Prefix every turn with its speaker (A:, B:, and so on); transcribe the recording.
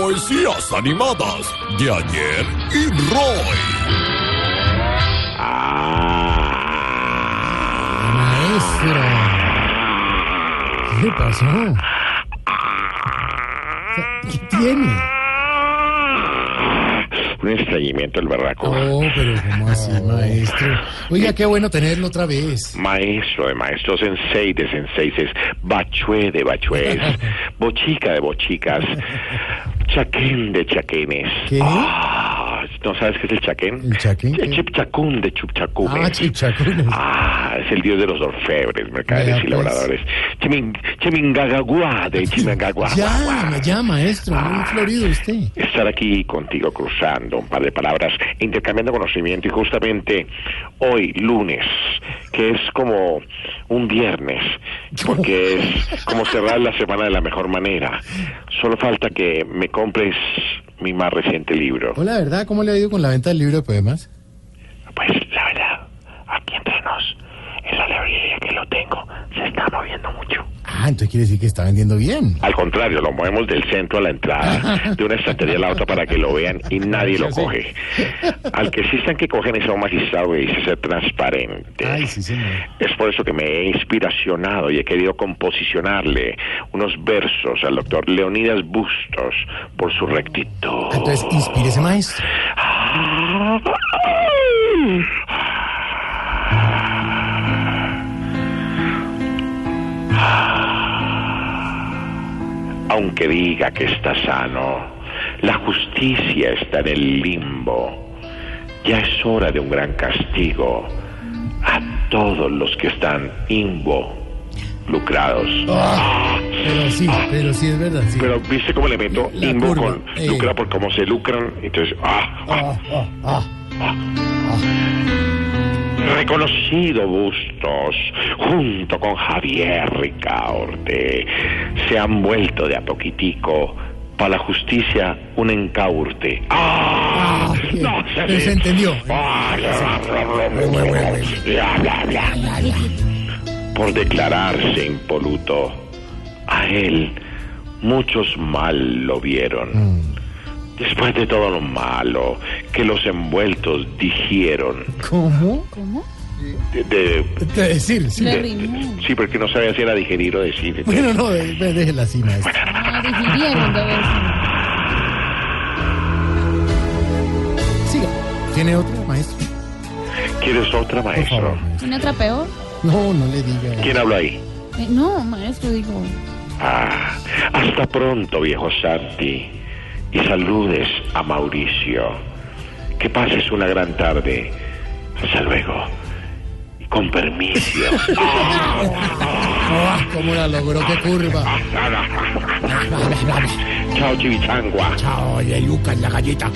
A: Poesías animadas de ayer y Roy.
B: Maestro. ¿Qué le pasó? O sea, ¿Qué tiene?
C: Un estreñimiento el barraco.
B: Oh, pero ¿cómo así, maestro? Oiga, qué bueno tenerlo otra vez.
C: Maestro de maestros, sensei de senseises, bachué de bachués, bochica de bochicas, chaquén de chaquenes.
B: ¿Qué?
C: Ah, ¿No sabes qué es el chaquén?
B: ¿El chaquén?
C: El chipchacún de chupchacumes.
B: Ah, chichacones.
C: Ah, es el dios de los orfebres, mercaderes
B: Vea,
C: y
B: pues.
C: labradores. Chimin- Chimingagaguá de Chimingagua.
B: Ya, ya, maestro, muy florido usted.
C: estar aquí contigo cruzando un par de palabras, intercambiando conocimiento y justamente hoy, lunes, que es como un viernes, porque es como cerrar la semana de la mejor manera. Solo falta que me compres mi más reciente libro.
B: Hola, ¿verdad? ¿Cómo le ha ido con la venta del libro de poemas?
C: Pues la verdad, aquí entre nos, en la librería que lo tengo, se está moviendo mucho.
B: Ah, entonces quiere decir que está vendiendo bien.
C: Al contrario, lo movemos del centro a la entrada, de una estantería a la otra para que lo vean y nadie lo
B: Ya sé.
C: coge. Al que existan que cogen es a un magistrado que dice ser transparente.
B: Ay, sí, señor.
C: Es por eso que me he inspiracionado y he querido composicionarle unos versos al doctor Leonidas Bustos por su rectitud.
B: Entonces, inspírese, maestro.
C: Aunque diga que está sano, la justicia está en el limbo. Ya es hora de un gran castigo a todos los que están imbo lucrados.
B: Oh. Ah, Pero sí, pero sí es verdad, sí.
C: Pero viste cómo le meto
B: La
C: imbo
B: curva,
C: con
B: eh.
C: lucra por cómo se lucran. Entonces, ah, ah.
B: Ah, ah, ah.
C: Reconocido Bustos, junto con Javier Ricaurte, se han vuelto de a poquitico para la justicia un encaurte.
B: Ah,
C: ¡Ah!
B: bien.
C: ¡No se
B: Pero
C: ve!
B: se entendió.
C: Ah, bla, bla, bla, bla, bla, bla, bla, bla. Por declararse impoluto, a él muchos mal lo vieron.
B: Mm.
C: Después de todo lo malo que los envueltos dijeron,
B: ¿Cómo?
C: de- de,
B: Te decir, sí.
D: Le
C: de-
D: rimó.
C: sí, porque no sabía si era digerir o decir.
B: Bueno, no, de- de- déjela así, maestro.
D: Ah, digirieron de vez.
B: Siga. ¿Tiene otra, maestro?
C: ¿Quieres otra,
B: Por
C: maestro?
B: favor, maestro.
D: ¿Tiene otra peor?
B: No, no le diga.
C: ¿Quién habló ahí?
D: Eh, no, maestro, digo.
C: Ah, hasta pronto, viejo Santi. Y saludes a Mauricio. Que pases una gran tarde. Hasta luego. Y con permiso.
B: Ah, ¿Cómo la logró? ¡Qué curva!
C: Chao, Chivichangua.
B: Chao, oye, Lucas, la galleta.